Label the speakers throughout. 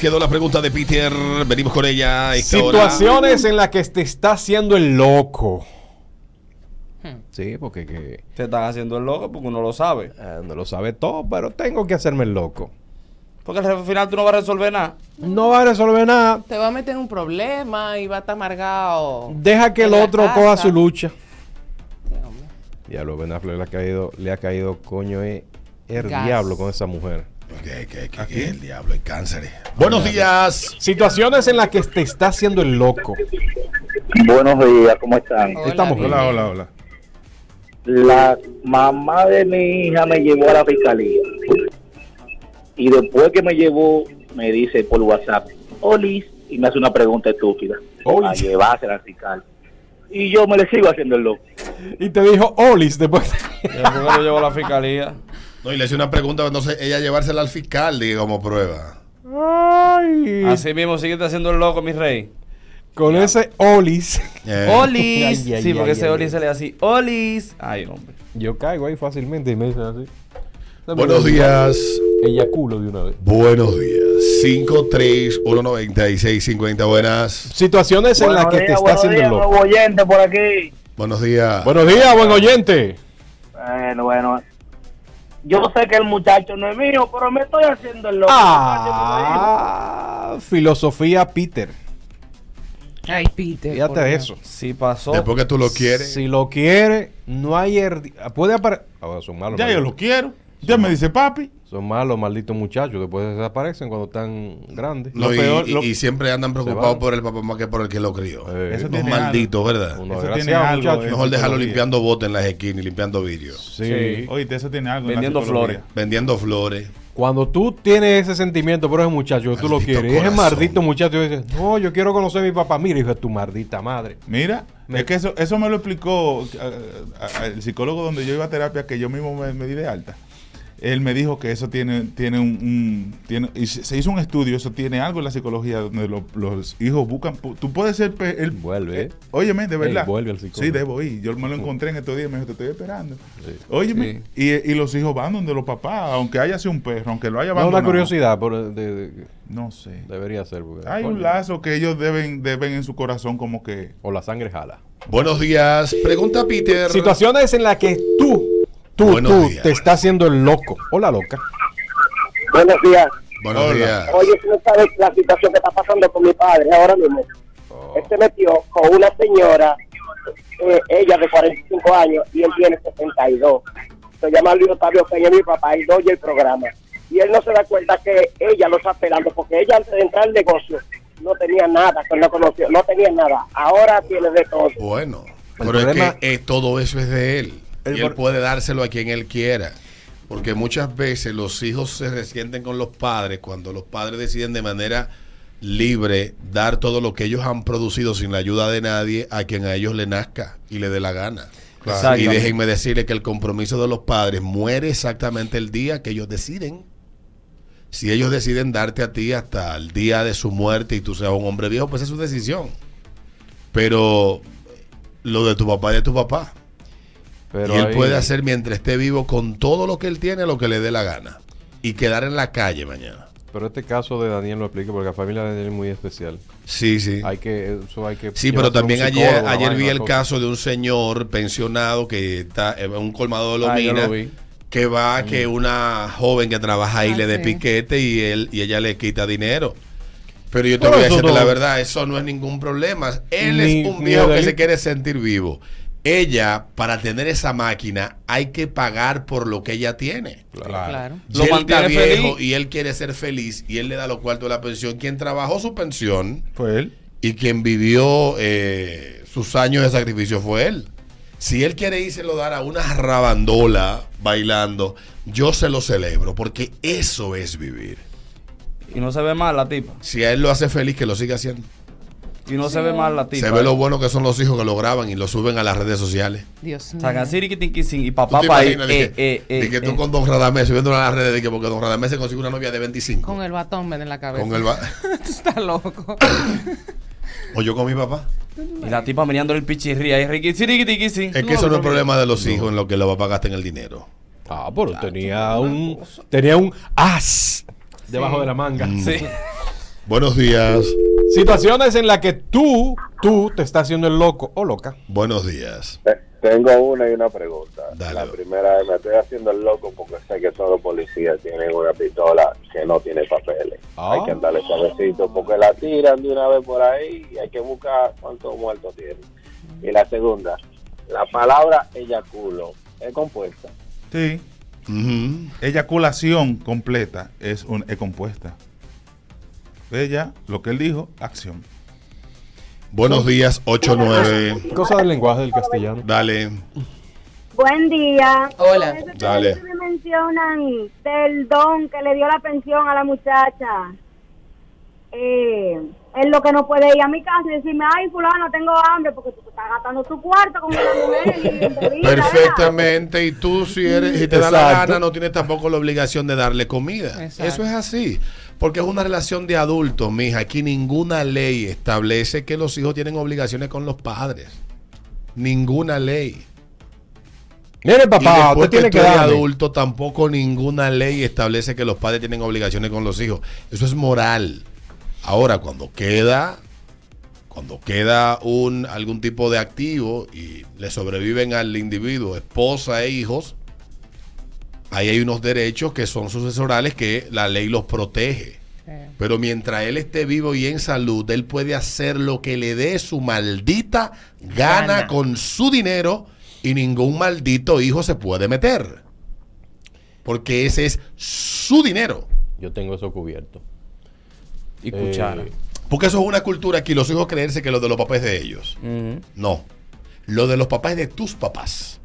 Speaker 1: Quedó la pregunta de Peter, venimos con ella. a esta
Speaker 2: Situaciones en las que te está haciendo el loco.
Speaker 3: Hmm.
Speaker 2: Sí, porque que,
Speaker 4: Te están haciendo el loco porque uno lo sabe.
Speaker 2: eh, no lo sabe todo, pero tengo que hacerme el loco.
Speaker 4: Porque al final tú no vas a resolver nada.
Speaker 3: Mm.
Speaker 2: No va a resolver nada.
Speaker 3: Te va a meter en un problema y va a estar amargado.
Speaker 2: Deja que el
Speaker 3: En la
Speaker 2: otro
Speaker 3: casa.
Speaker 2: coja su lucha.
Speaker 3: Sí, hombre.
Speaker 2: Ya lo Ben Affleck le ha caído, le ha caído coño eh, el
Speaker 3: Gas.
Speaker 2: diablo con esa mujer.
Speaker 1: hora. ¿Qué, qué, qué, qué? el diablo, el cáncer. Buenos días.
Speaker 2: Situaciones en las que te está haciendo el loco.
Speaker 5: Buenos días, ¿cómo están?
Speaker 3: Hola,
Speaker 2: Estamos-
Speaker 3: dime.
Speaker 2: Hola,
Speaker 5: La mamá de mi hija me llevó a la fiscalía. Y después que me llevó, me dice por WhatsApp, Olis, y me hace una pregunta estúpida.
Speaker 2: Olis.
Speaker 5: A llevársela al fiscal. Y yo me le sigo haciendo el loco.
Speaker 2: Y te dijo Olis después.
Speaker 4: Después que lo llevó a la fiscalía.
Speaker 1: No, y le hice una pregunta, no sé, ella llevársela al fiscal, dije, como prueba.
Speaker 2: Ay.
Speaker 4: Así mismo, síguete haciendo el loco, mi rey.
Speaker 2: Con ese Olis.
Speaker 1: Eh,
Speaker 4: ¡Olis!
Speaker 2: Ay, ay,
Speaker 4: sí, porque
Speaker 2: ay,
Speaker 4: ese
Speaker 2: ay,
Speaker 4: Olis
Speaker 2: ay.
Speaker 4: se le hace así. ¡Olis! Ay, hombre.
Speaker 2: Yo caigo ahí fácilmente y me dicen así.
Speaker 1: Buenos días.
Speaker 2: Eyaculo de una vez.
Speaker 1: Buenos días. 5319650. Buenas.
Speaker 2: Situaciones en las que te está haciendo el loco.
Speaker 5: oyente por aquí.
Speaker 1: Buenos días.
Speaker 2: Buenos días, buen oyente.
Speaker 5: Bueno, bueno. Yo sé que el muchacho no es mío, pero me estoy haciendo el loco.
Speaker 2: Ah, filosofía Peter.
Speaker 3: Ay, Peter. por
Speaker 2: Fíjate
Speaker 3: Dios.
Speaker 2: eso.
Speaker 4: Sí pasó.
Speaker 1: Después que tú lo quieres.
Speaker 2: Si lo quiere, no hay herdi- Puede aparecer. Ahora son malos.
Speaker 6: Ya yo lo
Speaker 2: malditos.
Speaker 6: quiero. Ya me dice papi.
Speaker 2: Son malos, malditos muchachos. Después desaparecen cuando están grandes.
Speaker 1: No,
Speaker 6: lo
Speaker 1: y,
Speaker 6: peor,
Speaker 1: y-
Speaker 6: lo-
Speaker 1: y siempre andan
Speaker 2: Se
Speaker 1: preocupados
Speaker 2: van.
Speaker 1: por el papá más que por el que lo crió.
Speaker 2: Eh,
Speaker 6: Eso
Speaker 1: Los
Speaker 6: tiene algo.
Speaker 1: malditos, ¿verdad?
Speaker 2: uno
Speaker 6: eso
Speaker 2: desgraciado,
Speaker 6: tiene algo,
Speaker 2: muchacho.
Speaker 6: eso.
Speaker 1: Mejor dejarlo
Speaker 6: psicología.
Speaker 1: limpiando botes en las esquinas y limpiando vidrios.
Speaker 2: Sí.
Speaker 4: Sí.
Speaker 6: Oíste, eso tiene algo. en la
Speaker 4: Vendiendo
Speaker 6: psicología.
Speaker 4: flores.
Speaker 1: Vendiendo flores.
Speaker 2: Cuando tú tienes ese sentimiento por ese muchacho, tú lo
Speaker 1: Maldito
Speaker 2: quieres. Y ese
Speaker 1: corazón.
Speaker 2: maldito muchacho dice: No, yo quiero conocer a mi papá. Mira, hijo de tu maldita madre.
Speaker 6: Mira,
Speaker 2: Me-
Speaker 6: es que eso, eso me lo explicó eh, a- a- el psicólogo donde yo iba a terapia, que yo mismo me, me di de alta. Él me dijo que eso tiene, tiene un, un- tiene, y se se hizo un estudio, eso tiene algo en la psicología donde lo- los hijos buscan. pu- Tú puedes ser pe- el,
Speaker 2: Vuelve, ¿eh?
Speaker 6: óyeme, de
Speaker 2: Ey,
Speaker 6: verdad.
Speaker 2: vuelve al psicólogo.
Speaker 6: Sí, debo ir. Yo me lo encontré en estos días, me dijo, te estoy esperando. Óyeme, y, y los hijos van donde los papás, aunque haya sido un perro, aunque lo haya
Speaker 2: No,
Speaker 6: abandonado.
Speaker 2: una curiosidad. por- de- de-
Speaker 6: No sé.
Speaker 2: debería ser. porque-
Speaker 6: Hay un lazo que ellos deben, deben en su corazón como que
Speaker 2: O la sangre jala.
Speaker 1: Buenos días. Pregunta Peter.
Speaker 2: Situaciones en las que tú, tú,
Speaker 1: Buenos
Speaker 2: tú
Speaker 1: días.
Speaker 2: te estás haciendo el loco o la loca.
Speaker 5: Buenos días.
Speaker 1: Buenos
Speaker 6: Hola.
Speaker 1: días.
Speaker 5: Oye, tú no sabes la situación que está pasando con mi padre ahora mismo. Él se metió con una señora, eh, ella de 45 años, y él tiene 62. Se llama Luis Otavio Peña, mi papá, y doy el programa. Y él no se da cuenta que ella lo está esperando, porque ella antes de entrar al negocio no tenía nada, que no conoció, no tenía nada. Ahora tiene de todo.
Speaker 1: Bueno,
Speaker 2: El
Speaker 1: pero es
Speaker 2: problema-
Speaker 1: que eh, todo eso es de él.
Speaker 2: El
Speaker 1: y él
Speaker 2: pro-
Speaker 1: puede dárselo a quien él quiera. Porque muchas veces los hijos se resienten con los padres cuando los padres deciden de manera libre dar todo lo que ellos han producido sin la ayuda de nadie a quien a ellos le nazca y le dé la gana.
Speaker 4: Claro.
Speaker 1: Y
Speaker 4: Exactamente.
Speaker 1: déjenme decirle que el compromiso de los padres muere exactamente el día que ellos deciden. Si ellos deciden darte a ti hasta el día de su muerte y tú seas un hombre viejo, pues es su decisión. Pero lo de tu papá es de tu papá.
Speaker 2: Pero
Speaker 1: y él
Speaker 2: ahí-
Speaker 1: puede hacer mientras esté vivo con todo lo que él tiene, lo que le dé la gana. Y quedar en la calle mañana.
Speaker 2: Pero este caso de Daniel lo explica porque la familia de Daniel es muy especial.
Speaker 1: Sí, sí.
Speaker 2: Hay que, eso hay que.
Speaker 1: Sí, pero
Speaker 2: llevarse a un
Speaker 1: también ayer,
Speaker 2: psicólogo, una
Speaker 1: ayer
Speaker 2: vaina,
Speaker 1: vi
Speaker 2: una
Speaker 1: el
Speaker 2: cosa.
Speaker 1: caso de un señor pensionado que está en un colmado de
Speaker 4: Ah, yo
Speaker 1: Lomina.
Speaker 4: lo vi.
Speaker 1: que va que una joven que trabaja ahí
Speaker 3: Ah,
Speaker 1: le dé
Speaker 3: sí.
Speaker 1: piquete y él y ella le quita dinero. Pero yo te
Speaker 2: Pero
Speaker 1: voy a
Speaker 2: eso
Speaker 1: decirte
Speaker 2: no-
Speaker 1: la verdad, eso no es ningún problema. Él
Speaker 2: Ni-
Speaker 1: es un
Speaker 2: ni
Speaker 1: viejo que
Speaker 2: delito.
Speaker 1: se quiere sentir vivo. Ella, para tener esa máquina, hay que pagar por lo que ella tiene.
Speaker 3: Claro.
Speaker 1: Y
Speaker 4: Lo
Speaker 1: él está
Speaker 4: mantiene
Speaker 1: viejo
Speaker 4: feliz.
Speaker 1: y él quiere ser feliz y él le da los cuartos de la pensión. Quien trabajó su pensión
Speaker 6: fue él.
Speaker 1: y quien vivió eh, sus años de sacrificio fue él. Si él quiere lo dar a una rabandola bailando, yo se lo celebro porque eso es vivir.
Speaker 4: Y no se ve mal la tipa.
Speaker 1: Si a él lo hace feliz, que lo siga haciendo.
Speaker 4: Y no se ve mal la tipa.
Speaker 1: Se ve lo bueno que son los hijos que lo graban y lo suben a las redes sociales.
Speaker 3: Dios mío.
Speaker 4: Sacan siriquitiquisin y
Speaker 1: ¿Tú
Speaker 4: papá
Speaker 1: te
Speaker 4: pa' ahí.
Speaker 1: imaginas de
Speaker 4: Eh,
Speaker 1: que,
Speaker 4: eh, eh,
Speaker 1: de que tú
Speaker 4: eh.
Speaker 1: con Don Radamés subiendo a las redes de que porque Don Radamés se consigue una novia de 25?
Speaker 3: Con el batón ven en la cabeza.
Speaker 1: Con el ba-
Speaker 3: Tú estás loco.
Speaker 1: o yo con mi papá.
Speaker 4: Y la tipa mirando el pichirría y riquitiriquitiquisin.
Speaker 1: Es que eso no es problema de los hijos en lo que los papás gasten el dinero.
Speaker 2: Ah,
Speaker 3: Mm.
Speaker 2: pero tenía un. Tenía un as debajo de la manga.
Speaker 4: Sí.
Speaker 1: Buenos días.
Speaker 2: Situaciones en las que tú, tú te estás haciendo el loco o loca.
Speaker 1: Buenos días.
Speaker 7: Te- Tengo una y una pregunta.
Speaker 1: Dale.
Speaker 7: La primera es, me estoy haciendo el loco porque sé que todos los policías tienen una pistola que no tiene papeles.
Speaker 2: Ah.
Speaker 7: Hay que andarle suavecito porque la tiran de una vez por ahí y hay que buscar cuántos muertos tienen. Y la segunda, la palabra eyaculo es compuesta.
Speaker 6: Sí.
Speaker 1: Ujú.
Speaker 6: Eyaculación completa es, un, es compuesta. Ella, lo que él dijo, acción.
Speaker 1: Buenos días, 89.
Speaker 2: Cosa del lenguaje del castellano.
Speaker 1: Dale.
Speaker 8: Buen día.
Speaker 3: Hola.
Speaker 8: Por eso que
Speaker 1: Dale.
Speaker 8: siempre mencionan del don que le dio la pensión a la muchacha. Eh, es lo que no puede ir a mi casa y decirme, ay, fulano, tengo hambre porque tú te estás gastando tu cuarto con una mujer. y en bebida,
Speaker 1: Perfectamente, y tú si eres, si te da la
Speaker 2: Exacto.
Speaker 1: gana, no tienes tampoco la obligación de darle comida.
Speaker 3: Exacto.
Speaker 1: Eso es así, porque es una relación de adultos, mija. Aquí ninguna ley establece que los hijos tienen obligaciones con los padres. Ninguna ley.
Speaker 2: Mire,
Speaker 1: y
Speaker 2: papá,
Speaker 1: después
Speaker 2: usted tiene
Speaker 1: que
Speaker 2: que
Speaker 1: tú eres
Speaker 2: darle.
Speaker 1: adulto, tampoco ninguna ley establece que los padres tienen obligaciones con los hijos. Eso es moral. Ahora, cuando queda, cuando queda un algún tipo de activo y le sobreviven al individuo, esposa e hijos, ahí hay unos derechos que son sucesorales que la ley los protege.
Speaker 3: Eh,
Speaker 1: Pero mientras él esté vivo y en salud, él puede hacer lo que le dé su maldita gana,
Speaker 4: Gana.
Speaker 1: con su dinero y ningún maldito hijo se puede meter. Porque ese es su dinero.
Speaker 9: Yo tengo eso cubierto.
Speaker 4: Y cuchara.
Speaker 9: Eh,
Speaker 1: Porque eso es una cultura aquí, los hijos creerse que lo de los papás es de ellos.
Speaker 4: Ujú.
Speaker 1: No. Lo de los papás es de tus papás.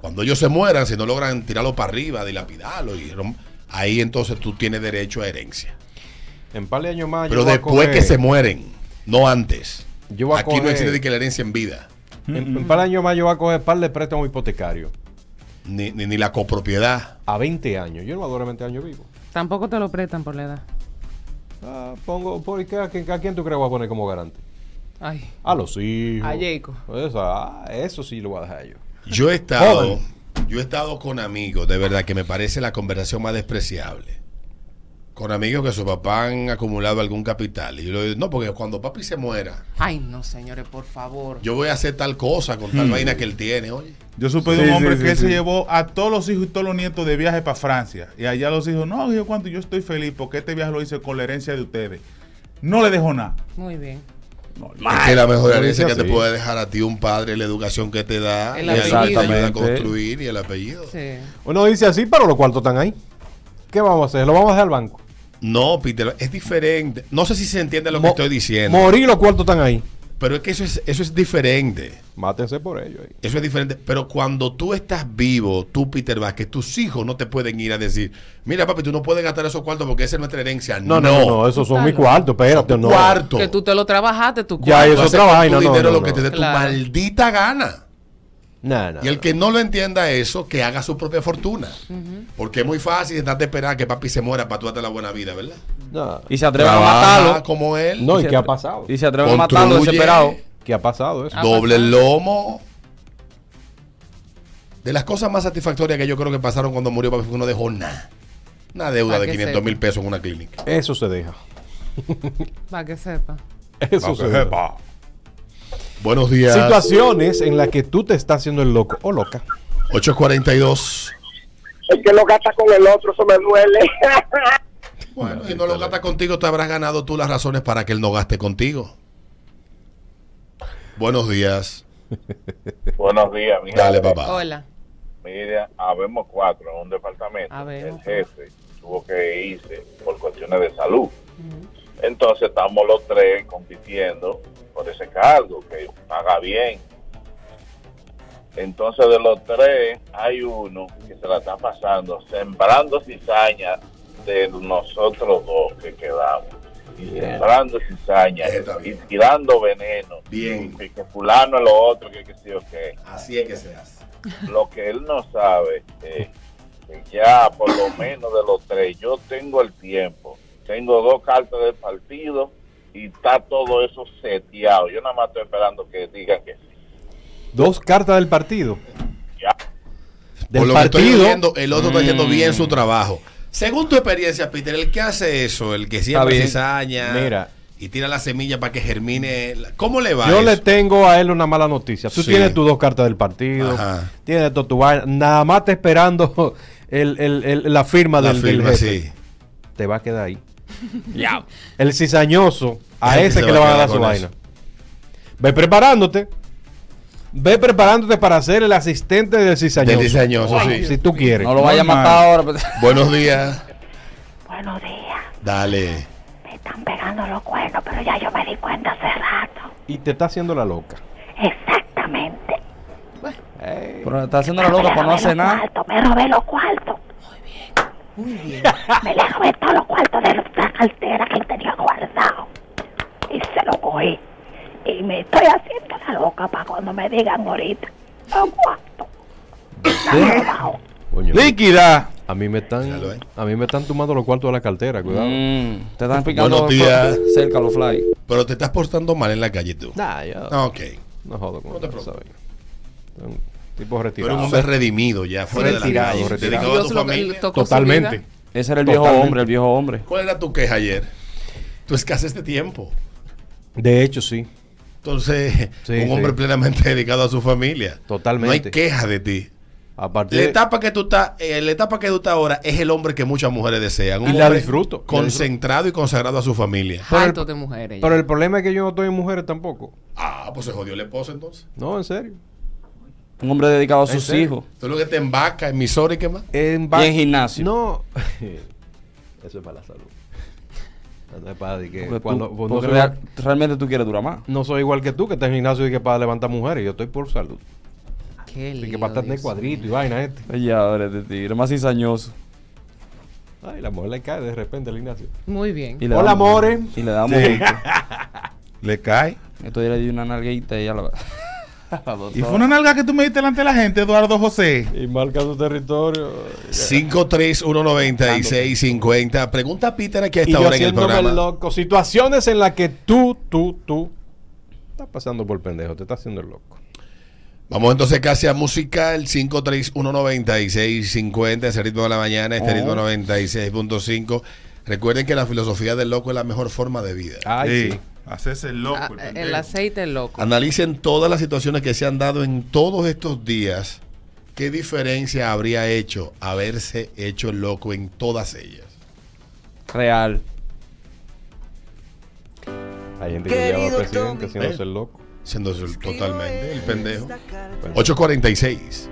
Speaker 1: Cuando ellos se mueran, si no logran tirarlo para arriba, dilapidarlo, y rom- ahí entonces tú tienes derecho a herencia.
Speaker 2: En par de años más. yo
Speaker 1: Pero
Speaker 2: voy a
Speaker 1: después
Speaker 2: coger-
Speaker 1: que se mueren, no antes.
Speaker 2: Yo voy a
Speaker 1: Aquí no
Speaker 2: coger-
Speaker 1: existe de que la herencia en vida,
Speaker 2: En, en par de años más yo voy a coger par de préstamos hipotecarios.
Speaker 1: ni, ni, ni la copropiedad.
Speaker 2: A 20 años. Yo no voy a durar 20 años vivo.
Speaker 3: Tampoco te lo prestan por la edad.
Speaker 2: Ah, pongo, ¿por qué? ¿A quién, a quién tú crees que voy a poner como garante?
Speaker 3: Ay.
Speaker 2: A los hijos.
Speaker 3: A Jacob.
Speaker 2: Eso, ah, eso sí lo voy a dejar yo.
Speaker 1: Yo he estado,
Speaker 2: Joven.
Speaker 1: yo he estado con amigos, de verdad, que me parece la conversación más despreciable. Con amigos que su papá han acumulado algún capital. Y yo le digo, no, porque cuando papi se muera,
Speaker 3: Ay, no, señores, por favor.
Speaker 1: yo voy a hacer tal cosa con
Speaker 2: Hmm.
Speaker 1: tal vaina que él tiene, oye.
Speaker 6: Yo supe
Speaker 2: Sí,
Speaker 6: de un
Speaker 2: sí,
Speaker 6: hombre
Speaker 2: sí,
Speaker 6: que él
Speaker 2: sí.
Speaker 6: se llevó a todos los hijos y todos los nietos de viaje para Francia. Y allá los hijos, no, yo cuánto, yo estoy feliz porque este viaje lo hice con la herencia de ustedes. No le dejó nada.
Speaker 3: Muy bien.
Speaker 1: Es que la mejor
Speaker 2: Pero
Speaker 1: herencia que
Speaker 2: dice
Speaker 1: te
Speaker 2: así.
Speaker 1: puede dejar a ti un padre es la educación que te da,
Speaker 3: El
Speaker 1: y ahí te
Speaker 3: apellido.
Speaker 1: ayuda a
Speaker 2: Exactamente.
Speaker 1: construir y el apellido.
Speaker 3: Sí.
Speaker 2: Uno dice así, pero los cuartos están ahí. ¿Qué vamos a hacer? ¿Lo vamos a dejar al banco?
Speaker 1: No, Peter, es diferente. No sé si se entiende lo que
Speaker 2: Mo-
Speaker 1: estoy diciendo,
Speaker 2: Morir los cuartos están ahí.
Speaker 1: pero es que eso es, eso es diferente.
Speaker 2: Mátense por ello ahí.
Speaker 1: Eso es diferente. Pero cuando tú estás vivo, tú, Peter Vázquez, tus hijos no te pueden ir a decir, mira, papi, tú no puedes gastar esos cuartos porque esa es nuestra herencia.
Speaker 2: No, no, no, no, esos son mis cuartos, espérate, no.
Speaker 1: Cuarto.
Speaker 3: Que tú te lo trabajaste, tu
Speaker 2: Ya,
Speaker 1: Tú
Speaker 2: eso
Speaker 1: haces
Speaker 2: es otra
Speaker 1: con
Speaker 2: vaina,
Speaker 1: tu
Speaker 2: no,
Speaker 1: dinero
Speaker 2: no,
Speaker 1: lo que
Speaker 2: no.
Speaker 1: te dé
Speaker 3: Claro.
Speaker 1: tu maldita gana.
Speaker 2: No, no,
Speaker 1: Y el que no lo entienda eso, que haga su propia fortuna. Porque es muy fácil estarte esperando a que papi se muera para tú darte la buena vida, ¿verdad?
Speaker 2: no.
Speaker 4: Y se atreven a
Speaker 1: Trabaja
Speaker 4: matarlo.
Speaker 1: como él.
Speaker 2: No,
Speaker 4: Y
Speaker 2: ¿y
Speaker 4: se
Speaker 2: qué ha
Speaker 4: atre-
Speaker 2: pasado?
Speaker 4: Y se atreven a matarlo
Speaker 1: Construye.
Speaker 4: desesperado.
Speaker 2: ¿Qué ha pasado eso?
Speaker 3: Ah.
Speaker 1: doble
Speaker 3: pasado.
Speaker 1: el lomo. De las cosas más satisfactorias que yo creo que pasaron cuando murió papi fue que no dejó nada. Una deuda
Speaker 3: Pa'
Speaker 1: de
Speaker 3: que
Speaker 1: 500
Speaker 3: sepa.
Speaker 1: mil pesos en una clínica.
Speaker 2: Eso se deja.
Speaker 3: Para que sepa.
Speaker 2: Eso se deja.
Speaker 1: Buenos días.
Speaker 2: Situaciones en las que tú te estás haciendo el loco o loca.
Speaker 1: 842.
Speaker 5: El que lo gasta con el otro, eso me duele.
Speaker 1: Bueno, si no lo gasta contigo, te habrás ganado tú las razones para que él no gaste contigo. Buenos días.
Speaker 7: Buenos días, mi
Speaker 1: Dale,
Speaker 7: gente.
Speaker 1: papá.
Speaker 3: Hola.
Speaker 7: Mira, habemos cuatro en un departamento.
Speaker 3: Habemos.
Speaker 7: El jefe tuvo que irse por cuestiones de salud. Entonces estamos los tres compitiendo por ese cargo, que paga bien. Entonces de los tres hay uno que se la está pasando, sembrando cizaña de nosotros dos que quedamos. Y sembrando cizaña
Speaker 1: Está
Speaker 7: y
Speaker 1: bien.
Speaker 7: tirando veneno.
Speaker 1: Bien.
Speaker 7: Y que fulano a lo otro, que que sí o qué
Speaker 1: Así es que se hace.
Speaker 7: lo que él no sabe es que ya por lo menos de los tres, yo tengo el tiempo, tengo dos cartas del partido y está todo eso seteado. Yo nada más estoy esperando que digan que sí.
Speaker 2: Dos cartas del partido.
Speaker 7: Ya.
Speaker 2: Del
Speaker 1: Por lo que estoy
Speaker 2: partido. Mm.
Speaker 1: viendo, el otro está haciendo bien su trabajo. Según tu experiencia, Peter, el que hace eso, el que siembra
Speaker 2: bien.
Speaker 1: cizaña
Speaker 2: Mira.
Speaker 1: y tira la semilla para que germine, la- ¿cómo le va?
Speaker 2: Yo
Speaker 1: eso?
Speaker 2: le tengo a él una mala noticia. Tú
Speaker 1: Sí.
Speaker 2: tienes tus dos cartas del partido,
Speaker 1: Ajá.
Speaker 2: tienes todo tu vaina, nada más te esperando el- el- el- la firma
Speaker 1: la
Speaker 2: del, del
Speaker 1: firma,
Speaker 2: jefe.
Speaker 1: sí.
Speaker 2: Te va a quedar ahí. El cizañoso,
Speaker 1: Es
Speaker 2: a
Speaker 1: el que
Speaker 2: ese
Speaker 1: se
Speaker 2: que
Speaker 1: va a
Speaker 2: le van a
Speaker 1: quedar
Speaker 2: dar su
Speaker 1: con
Speaker 2: vaina.
Speaker 1: eso.
Speaker 2: Ve preparándote. Ve preparándote para ser el asistente del cizañoso.
Speaker 1: Del cizañoso, sí.
Speaker 2: Si tú quieres.
Speaker 4: No lo vaya a matar ahora. pues.
Speaker 1: Buenos días.
Speaker 8: Buenos días.
Speaker 1: Dale.
Speaker 8: Me están pegando los cuernos, pero ya yo me di cuenta hace rato.
Speaker 2: Y te está haciendo la loca.
Speaker 8: Exactamente.
Speaker 4: Pero está haciendo la loca por no hacer nada.
Speaker 8: me robé los cuartos. Muy bien. Muy bien. Me le robé todos los cuartos de la cartera que tenía guardado. Y se lo cogí. Y me estoy haciendo la loca para cuando me digan ahorita. Los cuartos.
Speaker 2: Coño,
Speaker 6: Líquida.
Speaker 2: A mí me
Speaker 1: Míralo, eh.
Speaker 2: están, a mí me están tomando los cuartos de la cartera, cuidado.
Speaker 4: Mm, te están picando
Speaker 1: Buenos días.
Speaker 4: cerca los fly.
Speaker 1: Pero te estás portando mal en la calle tú.
Speaker 2: Nah, yo
Speaker 1: Ah, Ok.
Speaker 2: no jodo con
Speaker 1: No te
Speaker 2: esa
Speaker 1: preocupes.
Speaker 2: vaina. Un tipo
Speaker 1: Tú eres un
Speaker 2: retirado.
Speaker 1: hombre redimido ya, fuera de la
Speaker 2: Retirado,
Speaker 1: calle.
Speaker 2: retirado.
Speaker 1: Dedicado a
Speaker 3: Dios
Speaker 1: tu
Speaker 3: lo-
Speaker 1: familia.
Speaker 3: él tocó su
Speaker 2: Totalmente.
Speaker 3: vida.
Speaker 4: Ese era el viejo
Speaker 2: Totalmente.
Speaker 4: hombre, el viejo hombre.
Speaker 1: ¿Cuál era tu queja ayer? Tu escasez de tiempo.
Speaker 2: De hecho, sí.
Speaker 1: Entonces,
Speaker 2: Sí,
Speaker 1: un hombre
Speaker 2: sí.
Speaker 1: plenamente dedicado a su familia.
Speaker 2: Totalmente.
Speaker 1: No hay queja de ti.
Speaker 2: A
Speaker 1: La
Speaker 2: partir de-
Speaker 1: etapa que tú estás, eh, la etapa que tú estás ahora es el hombre que muchas mujeres desean. Un
Speaker 2: Y la
Speaker 1: hombre
Speaker 2: disfruto.
Speaker 1: Concentrado y consagrado a su familia.
Speaker 2: Pero el-
Speaker 3: Harto de mujeres. ya.
Speaker 2: Pero el problema es que yo no estoy en mujeres tampoco.
Speaker 1: Ah, pues se jodió el esposo entonces.
Speaker 2: No, en serio.
Speaker 4: Un hombre dedicado a sus
Speaker 2: serio?
Speaker 4: hijos.
Speaker 1: Tú lo que te embarca en Missouri, ¿qué más?
Speaker 2: En
Speaker 4: ba- Y en gimnasio.
Speaker 2: No. Eso es para la salud. No es para de que
Speaker 4: Porque tú-
Speaker 2: cuando- pues, no
Speaker 4: porque
Speaker 2: soy-
Speaker 4: real- realmente tú quieres durar más.
Speaker 2: no soy igual que tú, que estás en gimnasio y que para levantar mujeres. Yo estoy por salud.
Speaker 3: Qué
Speaker 2: Y que
Speaker 3: lío,
Speaker 2: para estar de
Speaker 3: Dios
Speaker 2: cuadrito y
Speaker 3: mío.
Speaker 2: vaina este.
Speaker 4: Oye, ahora este tigre, más cizañoso.
Speaker 2: Ay, la mujer le cae de repente al gimnasio.
Speaker 3: Muy bien.
Speaker 4: Y le
Speaker 2: Hola,
Speaker 4: damos-
Speaker 2: amores.
Speaker 4: Y le damos
Speaker 6: Sí.
Speaker 4: gusto.
Speaker 6: Le cae.
Speaker 4: Esto ya le di una nalguita y ya la.
Speaker 6: Y fue una nalga que tú me diste delante de la gente, Eduardo José.
Speaker 2: Y marca su territorio.
Speaker 1: 5319650. Pregunta a Peter aquí a
Speaker 2: Y
Speaker 1: esta
Speaker 2: yo
Speaker 1: hora en el
Speaker 2: haciéndome
Speaker 1: programa.
Speaker 2: loco. Situaciones en las que tú, tú, tú estás pasando por pendejo, te estás haciendo el loco.
Speaker 1: Vamos entonces casi a musical 5319650, ese ritmo de la mañana, este
Speaker 4: Oh.
Speaker 1: ritmo 96.5. Recuerden que la filosofía del loco es la mejor forma de vida.
Speaker 2: Ay,
Speaker 6: Sí.
Speaker 2: sí.
Speaker 6: Hacerse el
Speaker 1: pues,
Speaker 3: Ah,
Speaker 6: loco. el
Speaker 3: el
Speaker 6: pendejo.
Speaker 3: aceite es loco.
Speaker 1: Analicen todas las situaciones que se han dado en todos estos días. ¿Qué diferencia habría hecho haberse hecho el loco en todas ellas?
Speaker 4: Real.
Speaker 2: Hay gente que lleva al presidente haciéndose el loco.
Speaker 1: Siendo su- totalmente el pendejo. 846.